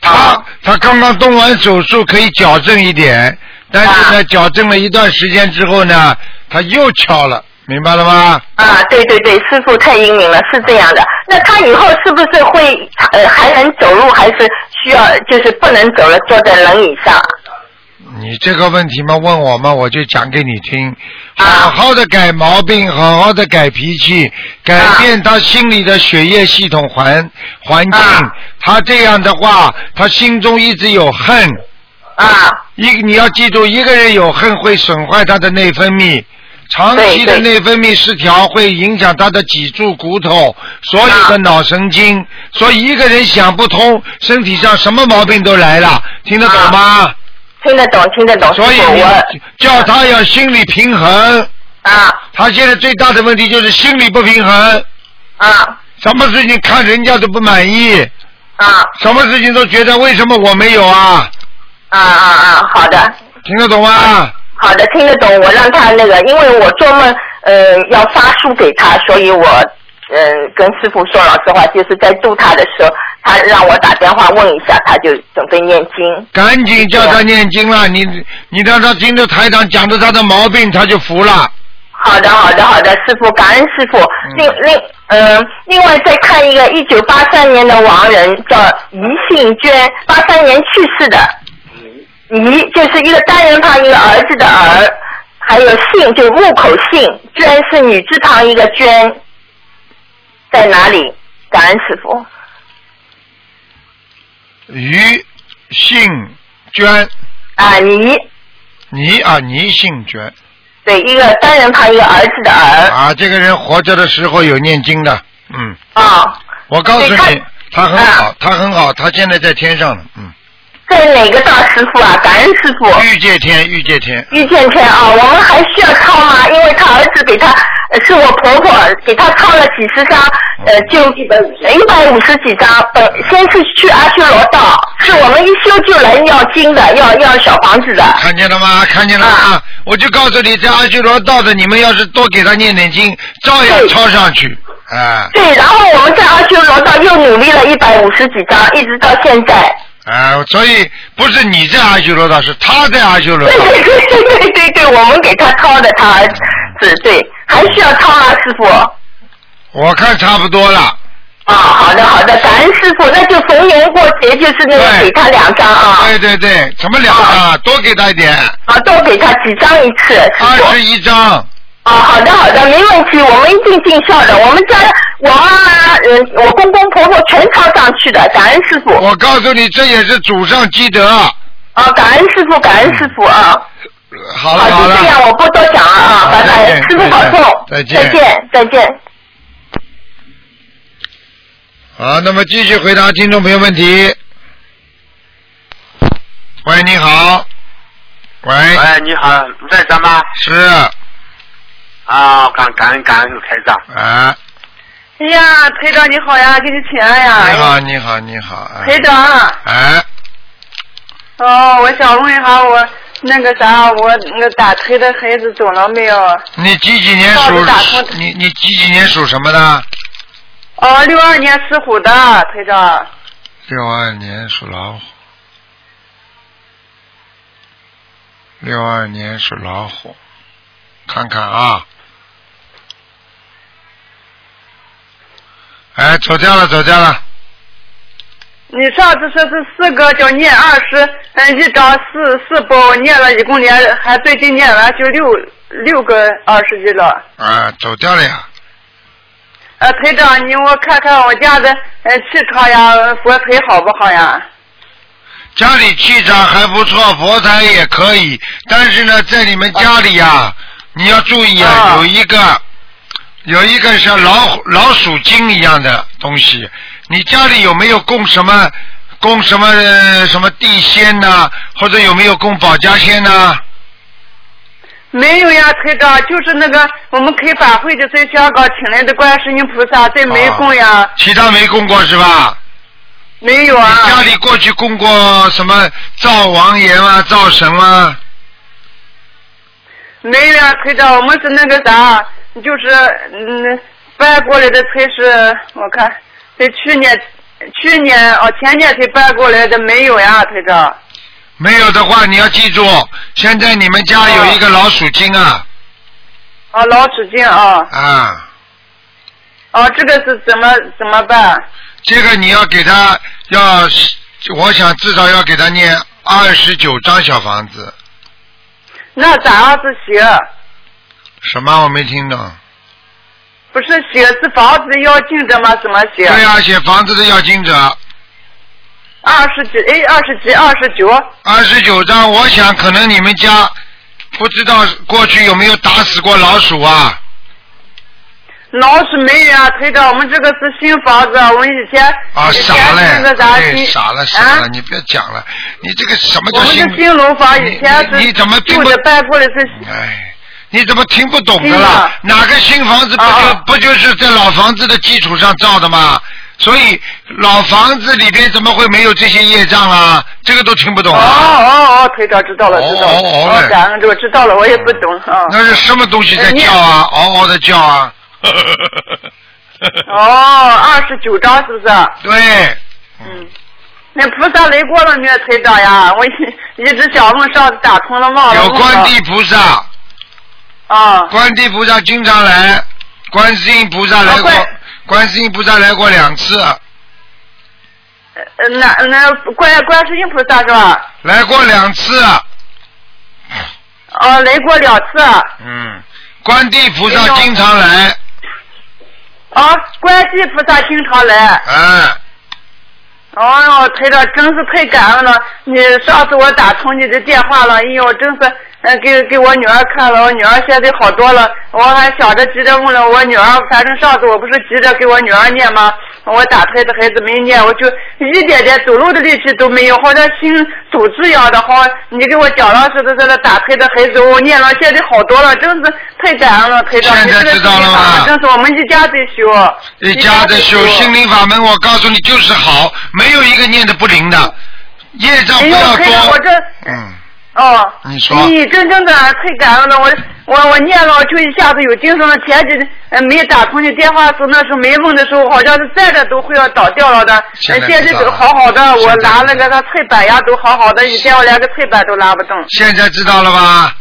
他他刚刚动完手术可以矫正一点，但是啊呢，矫正了一段时间之后呢，他又敲了，明白了吗？啊，对对对，师傅太英明了，是这样的。那他以后是不是会呃还能走路，还是需要就是不能走了，坐在轮椅上？嗯你这个问题嘛，问我嘛，我就讲给你听。啊好好的改毛病，好好的改脾气，改变他心里的血液系统环环境。啊他这样的话，他心中一直有恨。啊。一，你要记住，一个人有恨会损坏他的内分泌。长期的对对内分泌失调会影响他的脊柱、骨头，所有啊的脑神经。所以一个人想不通，身体上什么毛病都来了，听得懂吗？啊听得懂，听得懂。所以师傅你我叫他要心理平衡。啊。他现在最大的问题就是心理不平衡。啊。什么事情看人家都不满意。啊。什么事情都觉得为什么我没有啊？啊啊啊，好的。听得懂吗？好的，听得懂。我让他那个，因为我做梦，呃，要发书给他，所以我，呃，跟师傅说老实话，就是在度他的时候，他让我打电话问一下，他就准备念经。赶紧叫他念经了，你你让他听着台长讲着他的毛病，他就服了。好的，好的，好的，师傅，感恩师傅。另另，嗯、另外再看一个一九八三年的亡人，叫宜信娟，八三年去世的。宜就是一个单人旁一个儿子的儿，还有信就木口信，娟是女字旁一个娟，在哪里？感恩师傅。于姓娟。啊，你。你啊，你姓娟对，一个单人旁一个儿子的儿。啊，这个人活着的时候有念经的，嗯。啊。我告诉对他你，他很好，他很好，他现在在天上呢，嗯。在哪个大师傅啊？感恩师傅。玉界天，玉界天。于倩倩啊，我们还需要抄吗？因为她儿子给她，呃是我婆婆给她抄了几十张，呃，就一百一百五十几张。本先是去阿修罗道，是我们一修就能要经的，要要小房子的。看见了吗？看见了吗？我就告诉你，在阿修罗道的，你们要是多给他念点经，照样抄上去。啊对，然后我们在阿修罗道又努力了一百五十几张，一直到现在。 啊！所以不是你在阿修罗道，是他在阿修罗对道。对对对对对，我们给她抄的，她儿子对，还需要抄吗，师傅？我看差不多了。啊，好的好的，感恩师傅，那就逢年过节就是那个给他两张啊，对对对，什么两张啊？多给他一点，啊，多给他几张一次。二十一张。啊，好的好的，没问题，我们一定尽孝的。我们家我妈妈，嗯，我公公婆婆全抄上去的，感恩师傅。我告诉你，这也是祖上积德。啊，感恩师傅，感恩师傅啊。嗯好了好就了这样，我不多讲了啊，拜再拜，见师傅保重，再见再见，再见。好，那么继续回答听众朋友问题。喂，你好。喂。喂，哎你好，你在这吗？是。啊，感感恩感恩台长。啊，哎呀，台长你好呀，给你请安你呀。好，你好，你好。啊台长，哎，哦，我想问一下我那个啥，我那个打胎的孩子走了没有？你几几年到处打通属？你你几几年属什么的？哦，六二年属虎的台长。六二年属老虎。六二年属老虎，看看啊。哎，走掉了，走掉了。你上次说是四个，叫念二十，嗯，一张四四包，念了一共念，还最近念完就六六个二十一了。啊，走掉了呀。呃，台长，你我看看我家的呃气场呀，佛台好不好呀？家里气场还不错，佛台也可以，但是呢，在你们家里呀、你要注意啊，有一个有一个像老虎老鼠精一样的东西，你家里有没有供什么供什么呃什么地仙呐、或者有没有供保家仙呐、没有呀，台长，就是那个我们开法会的在香港请来的观世音菩萨，在没供呀，其他没供过是吧？没有啊。家里过去供过什么灶王爷啊、灶神啊？没有呀，台长，我们是那个啥，就是嗯搬过来的才是，我看在去年、去年哦前年才搬过来的，没有呀，台长。没有的话，你要记住，现在你们家有一个老鼠精啊哦，老鼠精啊，啊，哦，这个是怎么怎么办？这个你要给他要，我想至少要给他念二十九张小房子。那咋样子写？什么？我没听懂。不是写是房子的要进的吗？怎么写？对啊，写房子的要经者，二十几，哎，二十几，二十九。二十九张。我想可能你们家不知道过去有没有打死过老鼠啊？老鼠没人啊，推着我们这个是新房子，我们以前啊，以前傻是那了，个啥对，新傻了，啊傻了，你不要讲了，你这个什么我叫们新的？新楼房以前你是你怎么并旧不的搬过来是哎，你怎么听不懂的新啦的？哪个新房子不啊就不就是在老房子的基础上造的吗？所以老房子里边怎么会没有这些业障啊？这个都听不懂哦啊？哦哦，推着知道了知道了，哦哦哦嘞感恩这个知道了，我也不懂啊。那是什么东西在叫啊？哎嗷嗷的 叫啊？哦，二十九张是不是？对，那菩萨来过了没有，台长呀？我一一直想问，上次打通了忘了。有观地菩萨，啊，观地菩萨经常来，观世音菩萨哦来过，观世音菩萨来过两次，呃那那观观世音菩萨是吧？来过两次，哦，来过两次。嗯，观地菩萨经常来，啊，观世菩萨经常来。嗯。哎呦，台长真是太感恩了！你上次我打通你的电话了，哎呦，真是，嗯，给给我女儿看了，我女儿现在好多了。我还想着急着问了我女儿，反正上次我不是急着给我女儿念吗？我打胎的孩子没念，我就一点点走路的力气都没有，好像心堵住一样的。好，你给我讲了似的，这个打胎的孩子，我念了，现在好多了，真是太感恩了，台长，你这个知道了吗太感恩真是我们一家在修，一家的修心灵法门，我告诉你就是好，没有一个念的不灵的，业障哎不呦，要台长，我多。这嗯，哦，你说你真正的太感恩了，我我我念了，我就一下子有精神了。前几天呃没打通你电话时候，那时候没问的时候，好像是站着都会要倒掉了的。呃现在现知道在这了个好好的，我拿那个那菜板呀都好好的，以前我连个菜板都拉不动。现在知道了吧？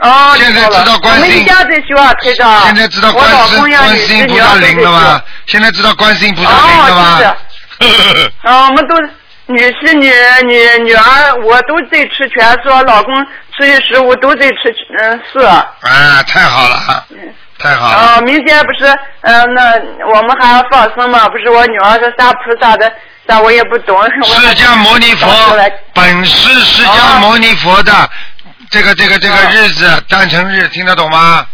哦，现在知道我观们世一音，家在修啊，台长。现在知道观我老世公呀，观你世是音女菩儿萨都在灵了修吧？现在知道观世音菩萨灵了吧？哦 啊，我们都女婿、女女女儿，我都在吃全素，啊老公初一十五都在吃嗯素。啊，太好了，太好了。啊，明天不是，呃，那我们还要放生嘛？不是我女儿说啥菩萨的，啥我也不懂。释迦牟尼佛本是释哦迦牟尼佛的这个这个这嗯个日子诞辰日，听得懂吗？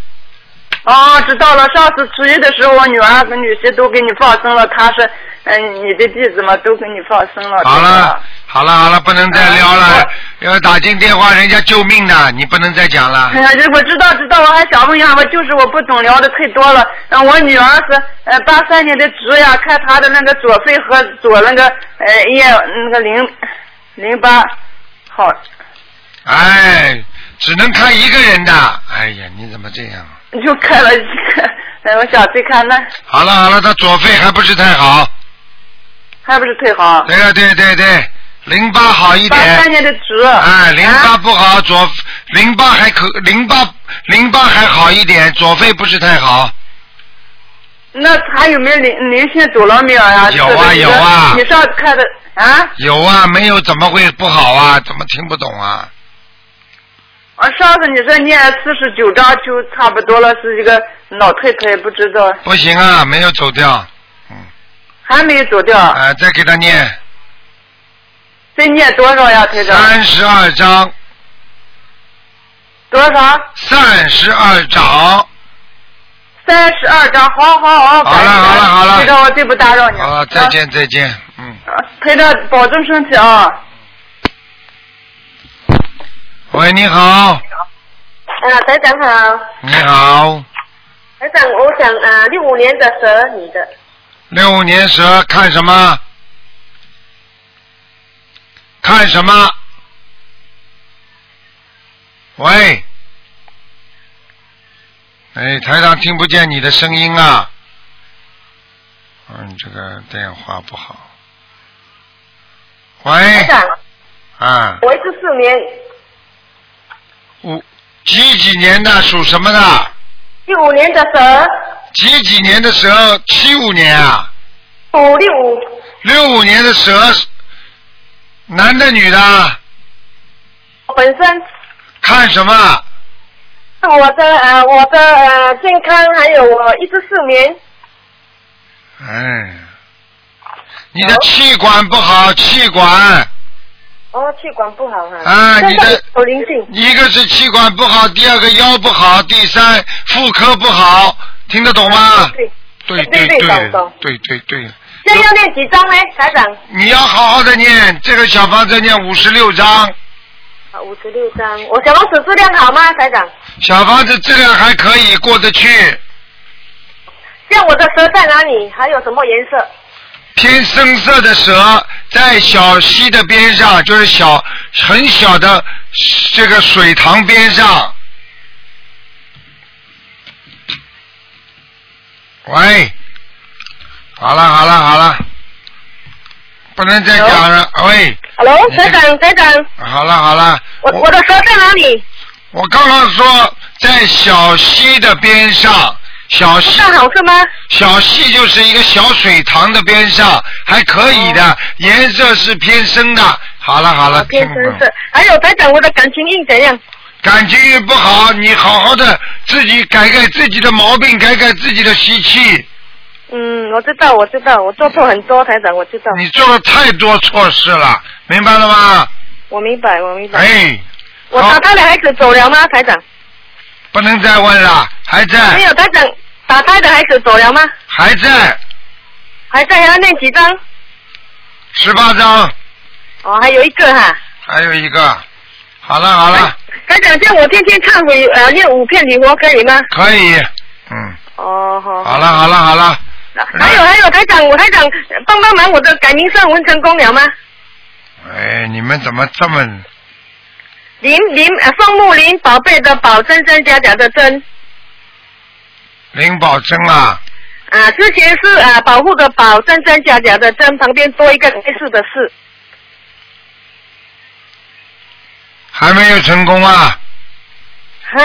哦，知道了。上次初一的时候，我女儿和女婿都给你放生了，她是，嗯、你的弟子嘛，都给你放生了。好了，好了，好了，不能再聊嗯了。要打进电话，人家救命的，你不能再讲了哎。呀，这我知道知道，我还想问一下，我就是我不懂聊的太多了。嗯，我女儿是呃八三年的猪呀，看她的那个左肺和左那个呃也那个淋淋巴，好，哎，只能看一个人的。哎呀，你怎么这样？就看了一个，哎，我想再看那好了好了，他左肺还不是太好。还不是太好。对呀对对对，淋巴好一点。八三年的猪。哎，淋巴不好，左淋巴还可，淋巴淋巴还好一点，左肺不是太好。那她有没有灵灵性走了没有呀、有啊是不是有啊你上次看的啊？有啊，没有怎么会不好啊？怎么听不懂啊？我上次你说念四十九章就差不多了，是一个老太太，不知道不行啊，没有走掉，还没走掉。啊、再给他念再念多少呀，台长？三十二章，多少？三十二章，三十二张，好好好，好了好了好了，台长，我对不打扰你，好，再见再见，嗯，台长保重身体啊。喂，你好，啊，台长好，你好，台长，我想啊，六五年的蛇女的，六五年蛇看什么？看什么？喂，哎，台长听不见你的声音啊。嗯，这个电话不好。台喂，长，啊，我是四年五几几年的属什么的？六五年的蛇，几几年的蛇？七五年啊？五六五六五年的蛇，男的女的？本身看什么？哎是我的呃我的呃健康，还有我一直失眠，哎，你的气管不好，气管，哦，气管不好哈、啊你的身上有灵性，一个是气管不好，第二个腰不好，第三妇科不好，听得懂吗？对，对对对对懂懂对对对，这要念几张呢，台长？你要好好的念这个小房子，念五十六章，啊，五十六张，我小王子质量好吗，台长？小房子质量还可以过得去，像我的蛇在哪里？还有什么颜色？偏深色的蛇在小溪的边上，就是小很小的这个水塘边上。喂，好了好了好了，不能再讲了。喂， Hello，你这台个长，台长，好了好了，我我的蛇在哪里？我刚刚说在小溪的边上，小溪不大好是吗？小溪就是一个小水塘的边上，还可以的，颜色是偏深的。好了好了，哦偏听深懂色。还有台长，我的感情运怎样？感情运不好，你好好的自己改改自己的毛病，改改自己的习气。嗯，我知道，我知道，我做错很多，台长，我知道。你做了太多错事了，明白了吗？我明白，我明白。哎，我打胎的孩子走了吗，台长？不能再问了，还没在，有，台长，打胎的孩子走了吗？还在，还在要念几张？十八章，哦，还有一个哈。还有一个。好了好哎了，台长，叫我天天忏悔，呃，念五遍礼佛可以吗？可以，嗯哦，好。好了好了好了，啊还有还有，台长，我台长帮帮忙，我的改名算文成功了吗？哎，你们怎么这么林林呃，凤木林宝贝的宝，真真假假的真灵宝针啊？啊，之前是呃保护的保，真真假假的真，旁边多一个类似的事，还没有成功啊？哈。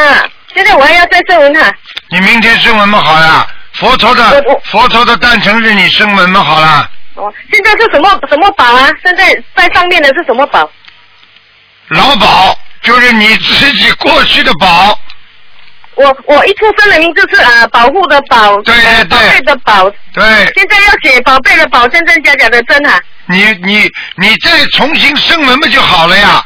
现在我还要再证文哈，你明天生门么好了？佛头的佛头的诞辰日，你生门么好了？哦，现在是什么什么宝啊？现在在上面的是什么宝？老宝就是你自己过去的宝，我我一出生的名字是啊，呃保护的保，对对宝贝的宝，对现在要写宝贝的宝，真真假假的真啊，你你你再重新生门么就好了呀？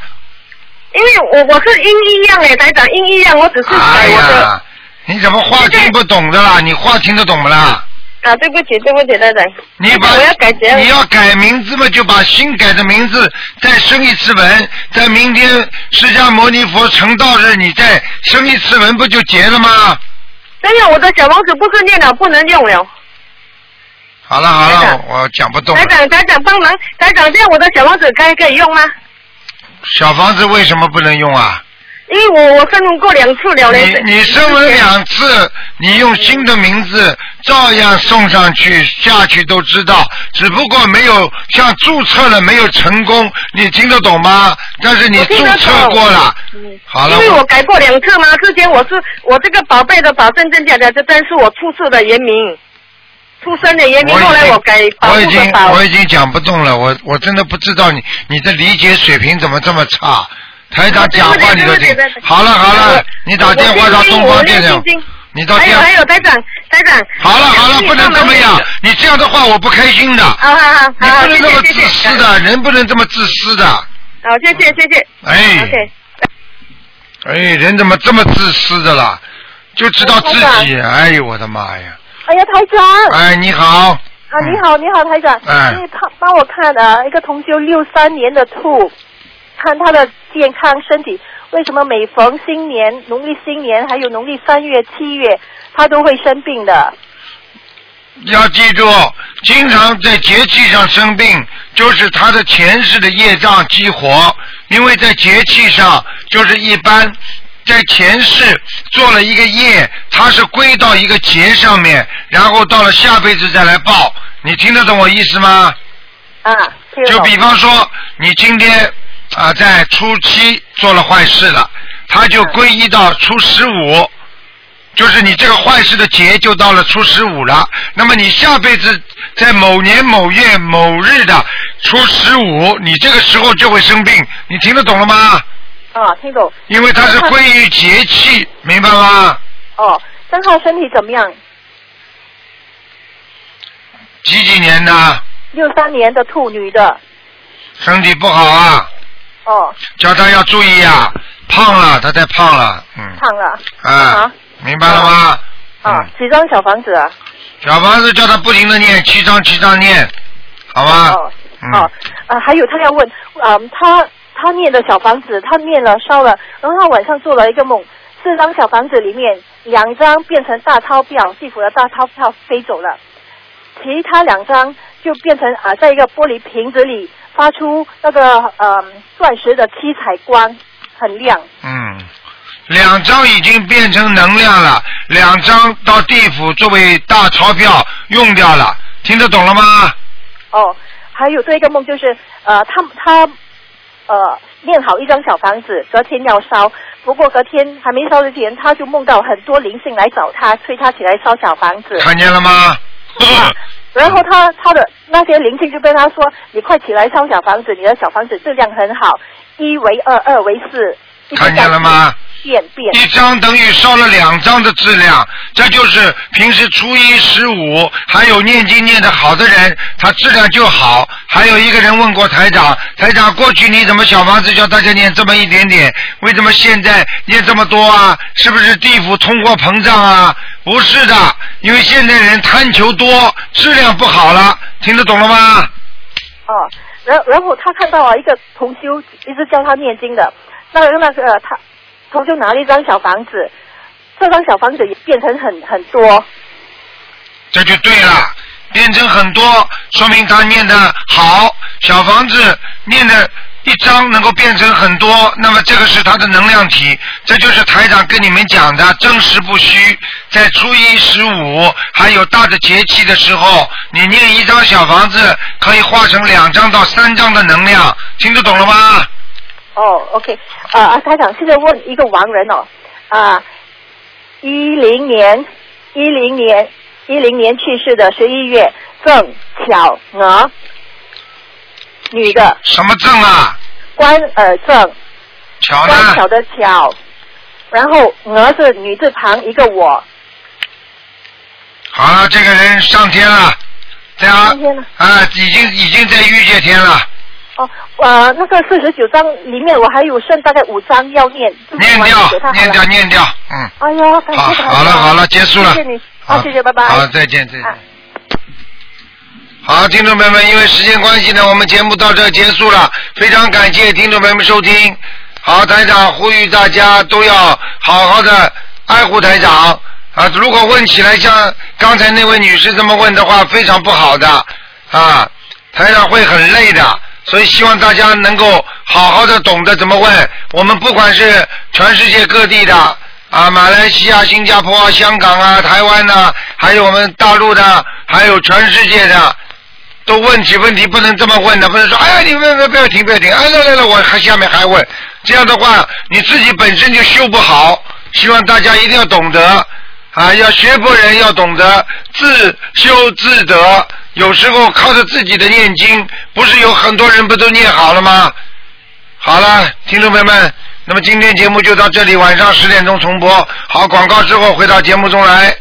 因为我我是音一样哎，台长音一样，我只是改哎我的、呀，你怎么话听不懂的啦？你话听得懂不啦？啊，对不起对不起，台长，你把我要改结你哎要改名字嘛，就把新改的名字再升一次文，在明天释迦牟尼佛成道日，你再升一次文，不就结了吗？真的我的小王子不是念了不能用了。好了好了，我讲不动了台。长，台长帮忙，台长，这样我的小王子可以可以用吗？小房子为什么不能用啊？因为我我申文过两次了嘞。你你声纹两次，你用新的名字照样送上去，下去都知道，只不过没有像注册了没有成功，你听得懂吗？但是你我听注得懂册过了，好了因，为我改过两次嘛，之前我是我这个宝贝的宝真真假假，这真是我出世的原名，出生的原名。我已经后来我改保我已护的经保，我已经讲不动了，我我真的不知道你你的理解水平怎么这么差，台长讲话你对不起对都听不起对不。起好了好了，你打电话到东方电我台念心，经你到还电有还有，台长台长。好了好了，不能这么样，你这样的话我不开心的。好好好你好，不能谢这么谢自谢谢。私的，人不能这么自私的。好，谢谢谢谢。哎 OK，哎，人怎么这么自私的啦？就知道自台己，长哎呦我的妈呀！哎呀，台长。哎，你好，啊，你好，你好，台长，哎你帮帮我看啊，一个同修六三年的兔，看他的健康身体，为什么每逢新年、农历新年还有农历三月、七月，他都会生病的？要记住，经常在节气上生病，就是他的前世的业障激活，因为在节气上就是一般。在前世做了一个业，他是归到一个劫上面，然后到了下辈子再来报。你听得懂我意思吗？啊，就比方说，你今天啊在初七做了坏事了，他就归一到初十五，就是你这个坏事的节就到了初十五了。那么你下辈子在某年某月某日的初十五，你这个时候就会生病。你听得懂了吗？啊，听懂。因为它是归于节气，明白吗？哦，但他的身体怎么样？几几年的六三年的兔女的，身体不好啊，哦，叫他要注意啊，胖了，他太胖了，嗯胖了，啊，明白了吗？啊，几张小房子啊？小房子叫他不停的念，七张七张念，好吧？哦嗯、哦，啊，还有他要问，嗯，他他念的小房子，他念了烧了，然后他晚上做了一个梦，四张小房子里面两张变成大钞票，地府的大钞票飞走了，其他两张就变成啊，在一个玻璃瓶子里发出那个嗯钻石的七彩光，很亮。嗯，两张已经变成能量了，两张到地府作为大钞票用掉了，听得懂了吗？哦，还有这一个梦就是，呃，他他呃念好一张小房子，隔天要烧，不过隔天还没烧之前，他就梦到很多灵性来找他，催他起来烧小房子。看见了吗？ 然后他他的那些灵性就跟他说：“你快起来烧小房子，你的小房子质量很好，一为二，二为四。”看见了吗？变变。一张等于烧了两张的质量，这就是平时初一十五还有念经念得好的人，他质量就好。还有一个人问过台长，台长过去你怎么小房子叫大家念这么一点点，为什么现在念这么多啊？是不是地府通货膨胀啊？不是的，因为现在人贪求多，质量不好了，听得懂了吗？哦，然然后他看到啊，一个同修一直教他念经的，那个那个他同修拿了一张小房子，这张小房子也变成很很多，这就对了，变成很多，说明他念的好。小房子念的一张能够变成很多，那么这个是他的能量体，这就是台长跟你们讲的真实不虚。在初一十五还有大的节气的时候，你念一张小房子可以化成两张到三张的能量，听得懂了吗？哦，OK，啊啊，台长，现在问一个亡人哦，啊，一零年，一零年，一零年去世的，十一月，郑巧娥，女的，什么证啊？关尔郑，巧呢？关巧的巧，然后娥是女字旁一个我，好了，这个人上天了，对啊，啊，已经已经在御界天了。哦，呃，那个四十九章里面我还有剩大概五章要念，念掉，念掉，念掉，嗯。哎呀，感谢好台长好了好了结束了谢谢你，好好，谢谢，拜拜。好，再见，再见。好，听众朋友们，因为时间关系呢，我们节目到这儿结束了。非常感谢听众朋友们收听。好，台长呼吁大家都要好好的爱护台长啊！如果问起来像刚才那位女士这么问的话，非常不好的啊，台长会很累的。所以希望大家能够好好的懂得怎么问。我们不管是全世界各地的啊，马来西亚、新加坡啊、香港啊、台湾呐、还有我们大陆的，还有全世界的，都问起问题不能这么问的，不能说哎呀你问问不要停不要停，哎来来来我还下面还问，这样的话你自己本身就修不好。希望大家一定要懂得啊，要学佛人要懂得自修自得。有时候靠着自己的念经，不是有很多人不都念好了吗？好了，听众朋友们，那么今天节目就到这里，晚上十点钟重播。好，广告之后回到节目中来。